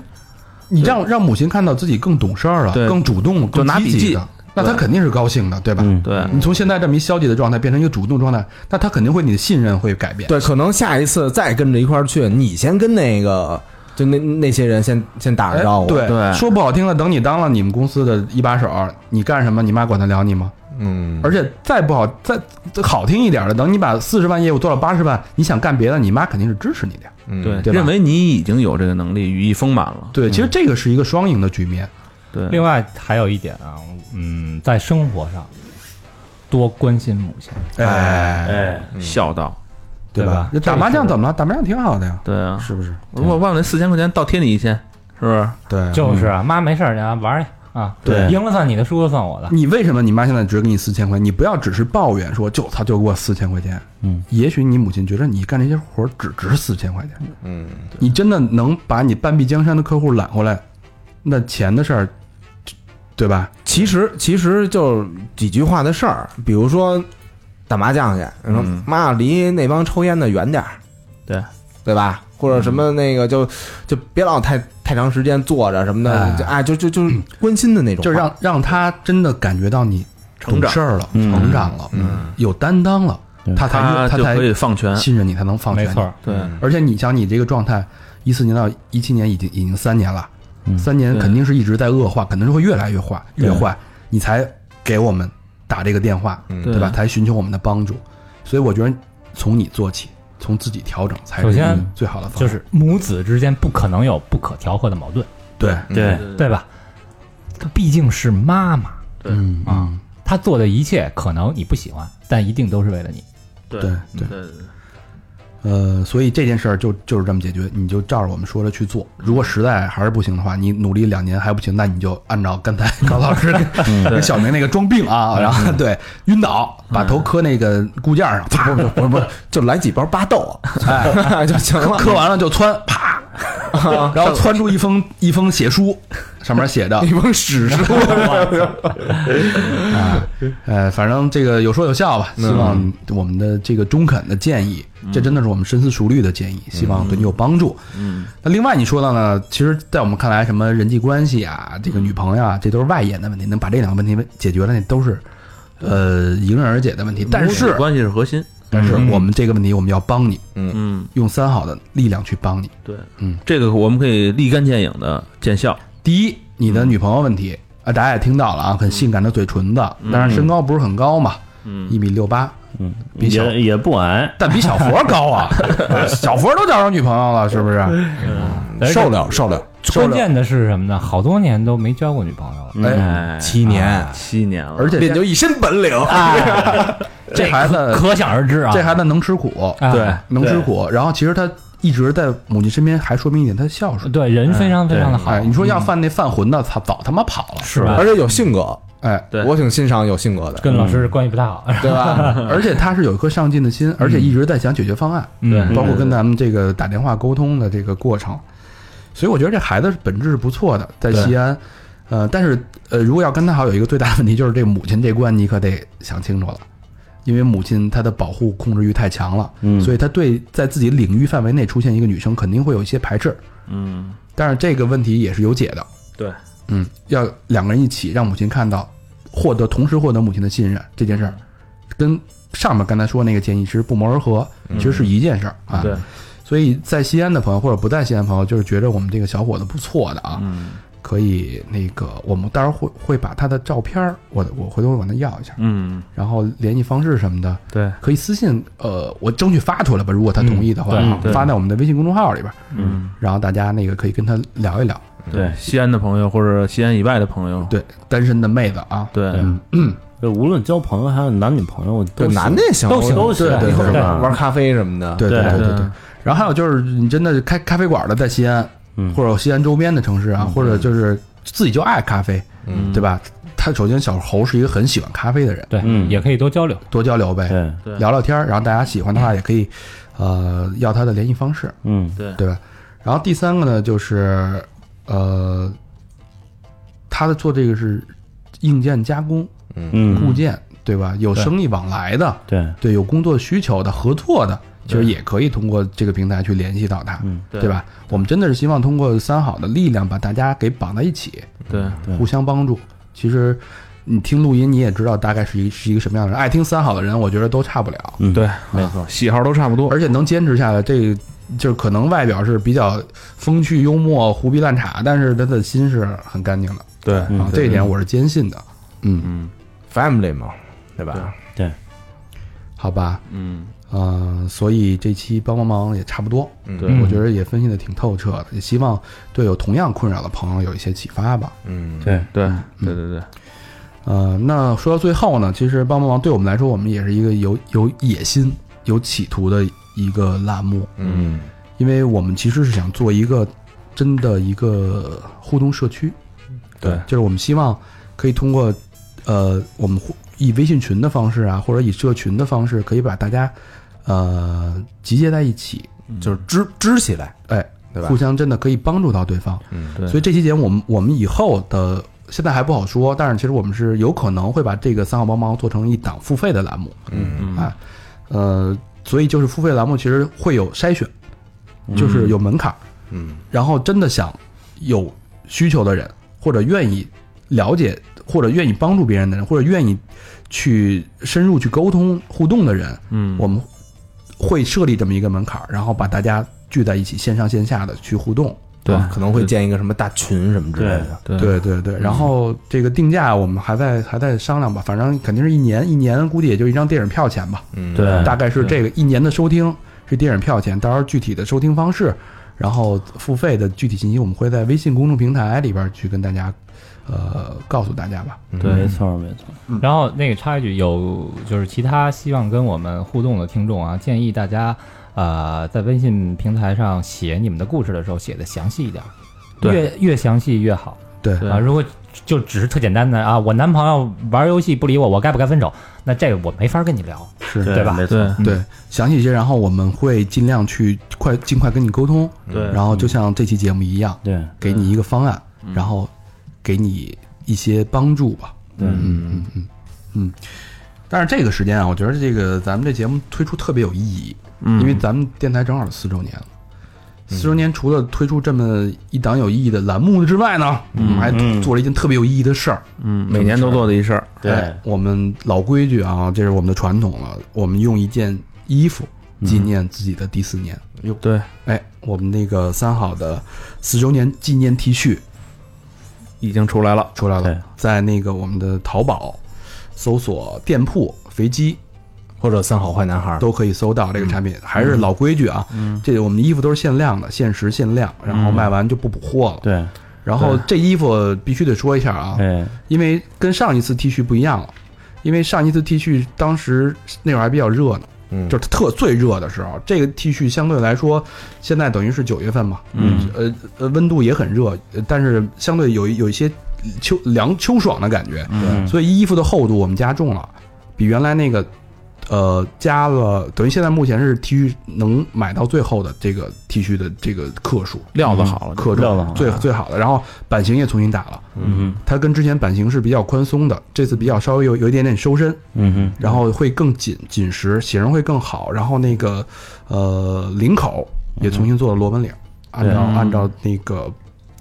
你让让母亲看到自己更懂事儿了，
对
更主动，
就
更
拿
积
笔
极
记
的，那她
对
肯定是高兴的，对吧？
嗯
对
你从现在这么一消极的状态变成一个主动状态，那她肯定会你的信任会改变。
对，可能下一次再跟着一块儿去，你先跟那个就那那些人先先打
哎
着招呼。
对
对
说不好听的，等你当了你们公司的一把手，你干什么，你妈管得了你吗？
嗯，
而且再不好，再再好听一点的，等你把四十万业务做到八十万，你想干别的，你妈肯定是支持你的呀。
嗯
对，
对吧
认为你已经有这个能力，羽翼丰满了，
对，其实这个是一个双赢的局面。
对，
另外还有一点啊，嗯，在生活上多关心母亲，
哎，
哎，
孝道，
对吧？
打麻将怎么了？打麻将挺好的呀，
对啊，
是不是？
我忘了四千块钱倒贴你一千，是不是？
对
就是啊，妈没事儿，啊，玩儿去啊，
对
赢了算你的，输了算我的。
你为什么你妈现在只给你四千块？你不要只是抱怨说就她就给我四千块钱，
嗯，
也许你母亲觉得你干这些活儿只值四千块钱，
嗯，
你真的能把你半壁江山的客户揽回来，那钱的事儿，对吧？
其实其实就是几句话的事儿，比如说打麻将去，你说、
嗯
妈离那帮抽烟的远点儿，
对
对吧？或者什么那个就就别老太太长时间坐着什么
哎
的，就哎就就就关心的那种
就
话，
让让他真的感觉到你懂事儿了，
嗯
成长了，
嗯
有担当了，
对
他才
就
才
可以放权，
信任你，才能放
没
权。
错儿，
对
而且你想，你这个状态，一四年到一七年已经已经三年了，
嗯
三年
对
肯定是一直在恶化，肯定是会越来越坏，越坏，你才给我们打这个电话，
嗯
对吧？才寻求我们的帮助。所以我觉得从你做起，从自己调整才
首
是
先
最好的方法。
就是母子之间不可能有不可调和的矛盾，
对，
对，
对吧？她毕竟是妈妈
对
嗯
啊，她做的一切可能你不喜欢，但一定都是为了你。
嗯
对
对对
对对，
呃，所以这件事儿就就是这么解决，你就照着我们说的去做。如
嗯
果实在还是不行的话，你努力两年还不行，那你就按照刚 才高老师跟
嗯
跟小明那个装病啊，然后对晕倒，把头磕那个骨架上，啪，
嗯不是不是不是，就来几包巴豆，哎，就行了。
磕完了就窜，啪，然后窜出一封一封血书，上面写着
一帮 史书，
呃，反正这个有说有笑吧，希望我们的这个中肯的建议，这真的是我们深思熟虑的建议，希望对你有帮助。嗯，那另外你说到呢，其实在我们看来，什么人际关系啊，这个女朋友啊，这都是外延的问题，能把这两个问题解决了，那都是呃迎刃而解的问题。但
母
是
子，关系是核心，
但是我们这个问题，我们要帮你，
嗯，
用三好的力量去帮你。
对，
嗯，
这个我们可以立竿见影的见效，
第一，你的女朋友问题
嗯
啊，大家也听到了啊，很性感的嘴唇子，当然身高不是很高嘛，
嗯
一米六八，
嗯，
比小
也也不矮，
但比小佛 高啊！小佛都找着女朋友了，是不是？受了，受了，受
关
了。
键的是什么呢？好多年都没交过女朋友了，
哎，七年，
七年了
而且啊
练就
一身本领。这孩子
可想而知啊
呃这孩子能吃苦，
啊对
能吃苦。然后其实他一直在母亲身边，还说明一点，他孝顺，
对人非常非常的
嗯
好
哎你说嗯要犯那犯浑的，他早他妈跑了，
嗯是吧
而且有性格，
哎，
对我挺欣赏有性格的，
跟老师关系不太好，
对吧
而且他是有一颗上进的心，而且一直在想解决方案，
嗯对嗯
包括跟咱们这个打电话沟通的这个过程，所以我觉得这孩子本质是不错的，在
对
西安，呃，但是呃，如果要跟他好，有一个最大的问题就是这母亲这关你可得想清楚了，因为母亲她的保护控制欲太强了，
嗯
所以她对在自己领域范围内出现一个女生肯定会有一些排斥，
嗯，
但是这个问题也是有解的，
对，
嗯，要两个人一起让母亲看到，获得同时获得母亲的信任这件事儿，
嗯
跟上面刚才说那个建议其实不谋而合，其实是一件事儿啊。
对，
所以在西安的朋友或者不在西安的朋友，就是觉得我们这个小伙子不错的啊，
嗯
可以那个我们到时候会会把他的照片儿，我我回头会管他要一下，
嗯，
然后联系方式什么的，
对，
可以私信呃，我争取发出来吧，如果他同意的话，啊
嗯对对
发在我们的微信公众号里边，
嗯，
然后大家那个可以跟他聊一聊。
对，西安的朋友或者西安以外的朋友，
对，单身的妹子啊，
对， 就无论交朋友还是嗯男女朋友，
对
都行
男的也行
都行，
我
都行，
对对对
是吧
玩
咖啡什么的
对对
对
对对。然后还有就是，你真的开咖啡馆的，在西安，或者西安周边的城市啊，或者就是自己就爱咖啡，
嗯
对吧？他首先小猴是一个很喜欢咖啡的人，
对，也可以多交流，
多交流呗，
对
聊聊天儿。然后大家喜欢的话，也可以，呃，要他的联系方式，
嗯，
对，对吧？然后第三个呢，就是，呃，他的做这个是硬件加工，
嗯
固件，对吧？有
对
生意往来的，
对
对，有工作需求的、合作的，其实
对
也可以通过这个平台去联系到他，
嗯对
对吧？我们真的是希望通过三好的力量把大家给绑在一起，
对对
互相帮助。其实你听录音，你也知道大概是一是一个什么样的人。爱听三好的人，我觉得都差不了，
嗯，对，
没
错，喜好都差不多，
而且能坚持下来，这个就是可能外表是比较风趣幽默、胡逼乱茬，但是他的心是很干净的。
对
啊
嗯，
这一点
对
我是坚信的。嗯
嗯
，family 嘛，对吧？
对，
好吧，
嗯，
呃，所以这期帮帮忙也差不多，
嗯对
我觉得也分析的挺透彻的，也希望对有同样困扰的朋友有一些启发吧。
嗯
对对对对对，嗯
呃，那说到最后呢，其实帮帮忙对我们来说，我们也是一个有有野心、有企图的一个栏目，
嗯，
因为我们其实是想做一个真的一个互动社区，
对
就是我们希望可以通过呃，我们互以微信群的方式啊，或者以社群的方式，可以把大家呃集结在一起，
就是支支起来，
哎，
对吧
互相真的可以帮助到对方。
嗯
对
所以这期节目，我们我们以后的现在还不好说，但是其实我们是有可能会把这个三号帮忙做成一档付费的栏目，
嗯
啊，呃，所以就是付费栏目其实会有筛选，就是有门槛儿，
嗯
然后真的想有需求的人，或者愿意了解，或者愿意帮助别人的人，或者愿意去深入去沟通互动的人，
嗯
我们会设立这么一个门槛儿，然后把大家聚在一起，线上线下的去互动。
对啊可能会建一个什么大群什么之类的，
对对对对，然后这个定价我们还在还在商量吧，反正肯定是一年，一年估计也就一张电影票钱吧。
嗯
对
大概是这个一年的收听是电影票钱，到时候具体的收听方式，然后付费的具体信息，我们会在微信公众平台里边去跟大家，呃，告诉大家吧。
对，没错没错，
然后那个插一句，有就是其他希望跟我们互动的听众啊，建议大家呃在微信平台上写你们的故事的时候写的详细一点，
对
越越详细越好。
对
啊，如果就只是特简单的啊，我男朋友玩游戏不理我，我该不该分手？那这个我没法跟你聊，
是
对吧？
对对，详细一些，然后我们会尽量去快尽快跟你沟通。
对
然后就像这期节目一样，
对，
给你一个方案，
嗯
然后给你一些帮助吧。
对
嗯嗯嗯嗯。但是这个时间啊，我觉得这个咱们这节目推出特别有意义，
嗯
因为咱们电台正好四周年了。四周年除了推出这么一档有意义的栏目之外呢，我们还做了一件特别有意义的事儿。
嗯，每年都做的一事儿，
哎，我们老规矩啊，这是我们的传统了。我们用一件衣服纪念自己的第四年。哟、
对，
哎，我们那个三好的四周年纪念 T 恤
已经出来了，
出来了，在那个我们的淘宝搜索店铺“肥鸡”，
或者三好坏男孩
都可以搜到这个产品。
嗯
还是老规矩啊，
嗯
这个我们的衣服都是限量的，限时限量，然后
嗯
卖完就不补货了。
对，
然后
对
这衣服必须得说一下啊，
哎，
因为跟上一次 T 恤不一样了，因为上一次 T 恤当时那会儿还比较热呢，
嗯
就是特最热的时候，这个 T 恤相对来说，现在等于是九月份嘛，
嗯
呃呃温度也很热，呃但是相对有一有一些秋凉秋爽的感觉，
嗯
所以衣服的厚度我们加重了，比原来那个。呃，加了等于现在目前是 T 恤能买到最厚的这个 T 恤的这个克数，
料子好了
克
料子
重
好了
最最好的，然后版型也重新打了，
嗯
它跟之前版型是比较宽松的，这次比较稍微有有一点点收身，
嗯哼，
然后会更紧紧实，写上会更好，然后那个呃领口也重新做了螺纹领，按照
对嗯
按照那个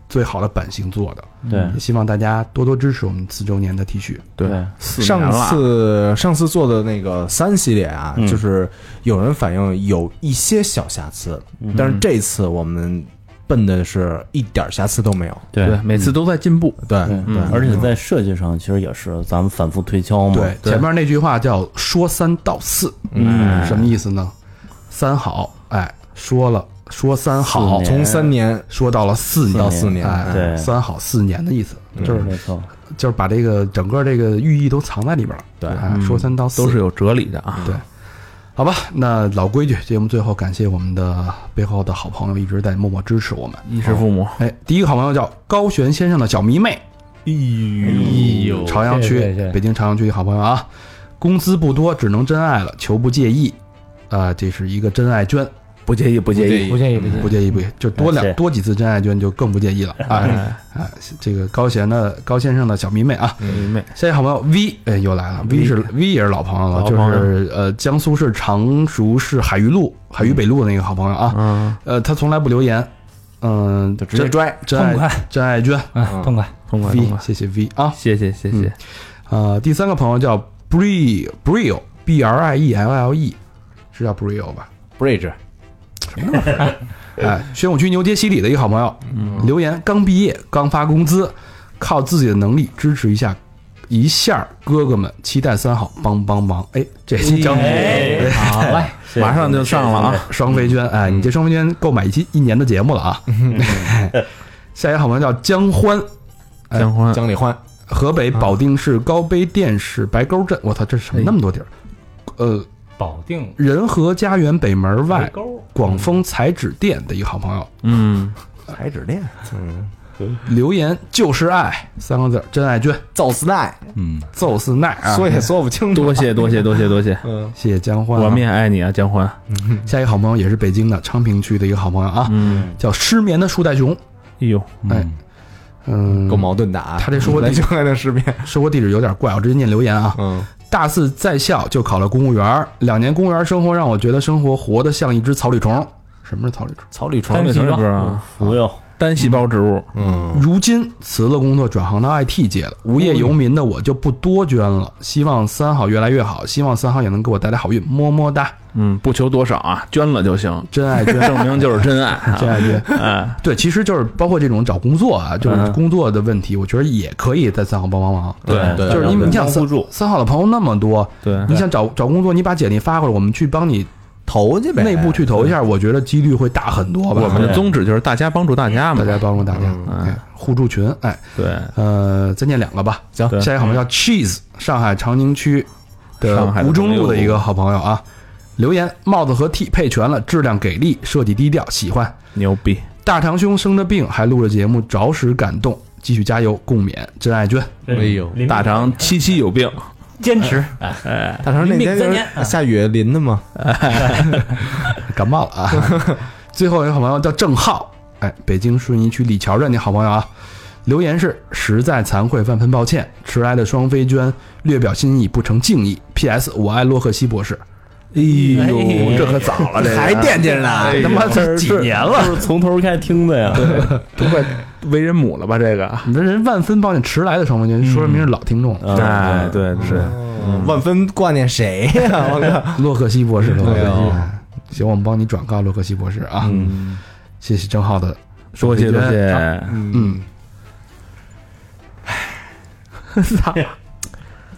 最好的版型做的，
对嗯
也希望大家多多支持我们四周年的 T 恤，
对，
上次上次做的那个三系列啊，
嗯
就是有人反映有一些小瑕疵，
嗯
但是这次我们奔的是一点儿瑕疵都没有，
对对每次
都
在进步，
对对
嗯，，而且在设计上其实也是咱们反复推敲嘛。
对，前面那句话叫说三道四，
嗯
什么意思呢？三好，哎，说了说三
四
好，
年从三
年
说到了四年，
到四年
哎，
对
三好四年的意思，
嗯
就是
没错，
就是把这个整个这个寓意都藏在里边了。
对
哎
嗯
说三道四
都是有哲理的啊。
对，好吧，那老规矩，节目最后感谢我们的背后的好朋友一直在默默支持我们，
衣食父母。
哎，第一个好朋友叫高璇先生的小迷妹，嗯
哎呦
朝阳区，
谢谢谢谢
北京朝阳区的好朋友啊，工资不多，只能真爱了，求不介意，啊、这是一个真爱捐。
不介意，不介意不介意不介意
不介意，不介意，就多
哎是
两多几次真爱捐就更不介意了啊！哎哎，这个高贤的高先生的小迷妹啊，
迷妹，
下一个好朋友 V，哎，又来了，V 是 V 也是老朋友了，
老
就
朋友
是呃江苏市常熟市海虞路海虞北路的那个好朋友
嗯
啊，
嗯
呃，他从来不留言，嗯，就
直接拽
真爱
痛快
真爱捐
啊痛快
痛快
V，
痛快
谢谢 V 啊，
谢谢谢谢。
呃，第三个朋友叫 Bree Breel B R I E L L E，是叫 Breel 吧？
bridge
哎，宣武区牛街西里的一个好朋友，
嗯
留言刚毕业，刚发工资，靠自己的能力支持一下一下哥哥们，期待三好帮帮忙。哎，这期张
哎好嘞马上就上了啊
双飞娟，哎，你这双飞娟够买一期一年的节目了啊。
嗯
下一个好朋友叫江欢，哎
江欢
江里欢，
河北
啊
保定市高碑店市白沟镇，我操，这
哎
什么那么多地儿？呃，
保定
仁和家园北门
白
外
沟
广丰彩纸店的一个好朋友，
嗯，
彩纸店，嗯，
留言就是爱三个字儿，真爱捐，
揍死奈，
嗯，
揍死奈啊，
说也说不清楚，
多谢多谢多谢多谢，
嗯，
谢谢江欢啊、
我们也爱你啊，江欢。
下一个好朋友也是北京的昌平区的一个好朋友啊，
嗯，
叫失眠的树袋熊，
哎呦，
哎，嗯，
够矛盾的啊，
他这说过
来
地
就爱的识别，
说过地址有点怪，我直接念留言啊，
嗯，
大四在校就考了公务员儿，两年公务员生活让我觉得生活活得像一只草履虫。什么是草履虫？
草履
床里头不是啊，
忽悠
单细胞植物，
嗯，
如今辞了工作，转行到 IT 界了，无业游民的我就不多捐了。希望三好越来越好，希望三好也能给我带来好运，么么哒。
嗯，不求多少啊，捐了就行，
真爱捐
证明就是真爱 啊，
真爱捐
哎，
对，其实就是包括这种找工作啊，就是
嗯
工作的问题，我觉得也可以在三好帮帮忙。
对对
就是因为你想
互
三三好的朋友那么多，
对
你想找找工作，你把简历发过来，我们去帮你
投去呗
内部去投一下，我觉得几率会大很多吧。
我们的宗旨就是大家帮助大家嘛，大
家帮助大家，
哎，
互助群，哎，
对，
呃，再念两个吧。
行
对
下一个好朋友叫 Cheese，上海长宁区的
上海的
吴中路
朋友
的一个好朋友啊，留言帽子和 T 配全了，质量给力，设计低调，喜欢。
牛逼，
大长兄生着病还录着节目，着实感动，继续加油，共勉，真爱娟。
哎呦，大肠七七有病，
坚持，
哎，
大成那天就是下雨淋的嘛，
感冒了啊。最后一个好朋友叫郑浩，哎，北京顺义区李桥镇的好朋友啊，留言是实在惭愧，万分抱歉，迟来的双飞娟略表心意，不成敬意。P.S. 我爱洛克希博士。
哎呦，这可早了，这个
还惦记着呢
哎呦
他妈这几年了
就是从头开始听的呀。
都快为人母了吧？这个，
你这人万分抱歉，迟来的双飞娟，说明是老听众啊了。
哎， 对，是，
万分挂念谁呀？我靠，
洛克希博士，洛克希
对哦
行，我们帮你转告洛克希博士啊。谢谢郑浩的
多谢多
双飞娟啊
谢，
嗯，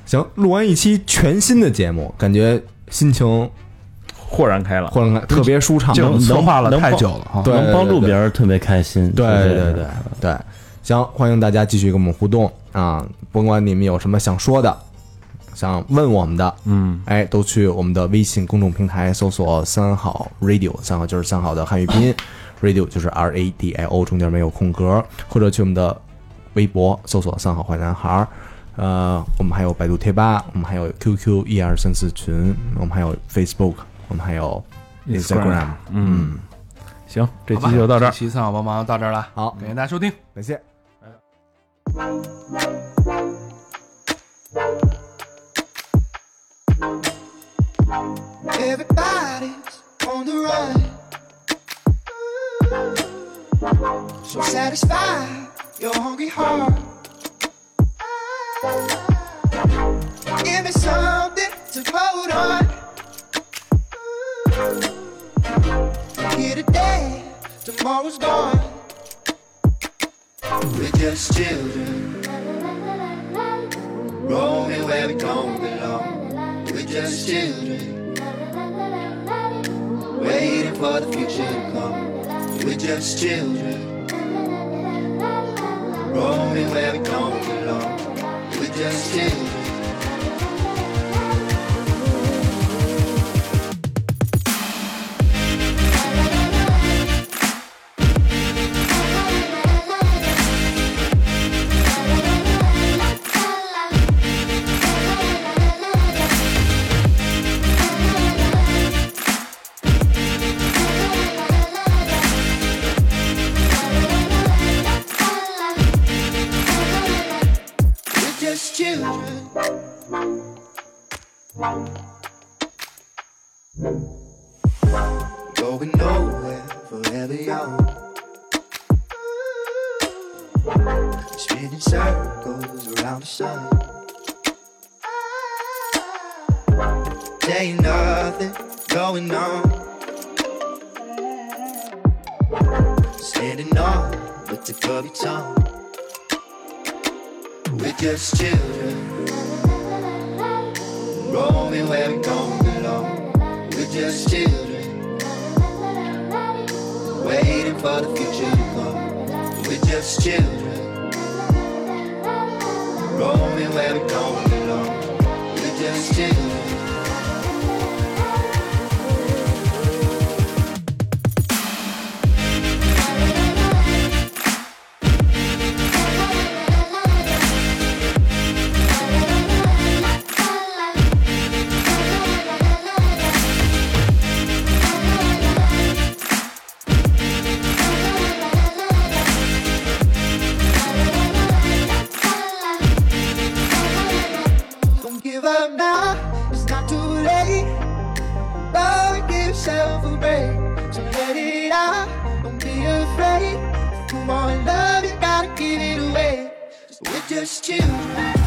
行，录完一期全新的节目，感觉心情
豁然开朗，
豁然开，特别舒畅，
能能帮
啊
对，
能帮助
人。对对
别人特别开心。
对
是这
对
样
对对，行，欢迎大家继续跟我们互动啊！甭管你们有什么想说的，想问我们的，
嗯，
哎，都去我们的微信公众平台搜索“三好 radio”，三好就是三好的汉 语拼音，radio 就是 R A D I O，中间没有空格，或者去我们的微博搜索“三好坏男孩”。呃，我们还有百度贴吧，我们还有 QQ 一二三四群，我们还有 Facebook，我们还有 Instagram，
嗯，行，这期
好
就
吧
到这儿
这。期三好帮忙就到这儿了。
好，
感谢大家收听，
感谢。
Everybody's on the run. So satisfy your hungry heart. Give me something to hold on. Here today, tomorrow's gone. We're just children. Roaming where we don't belong. We're just children. Waiting for the future to come. We're just children. Roaming where we don't belong. We're just children. We're just children. Going nowhere forever young. Spinning circles around the sun. There ain't nothing going on. Standing on with the curvy tongue. We're just children. Roaming where we don't belong. We're just children. Waiting for the future to come. We're just children. Roaming where we don't belong. We're just children. Don't give up now, it's not too late. Love, give yourself a break. So let it out, don't be afraid. If you want love, you gotta give it away. we we're just children.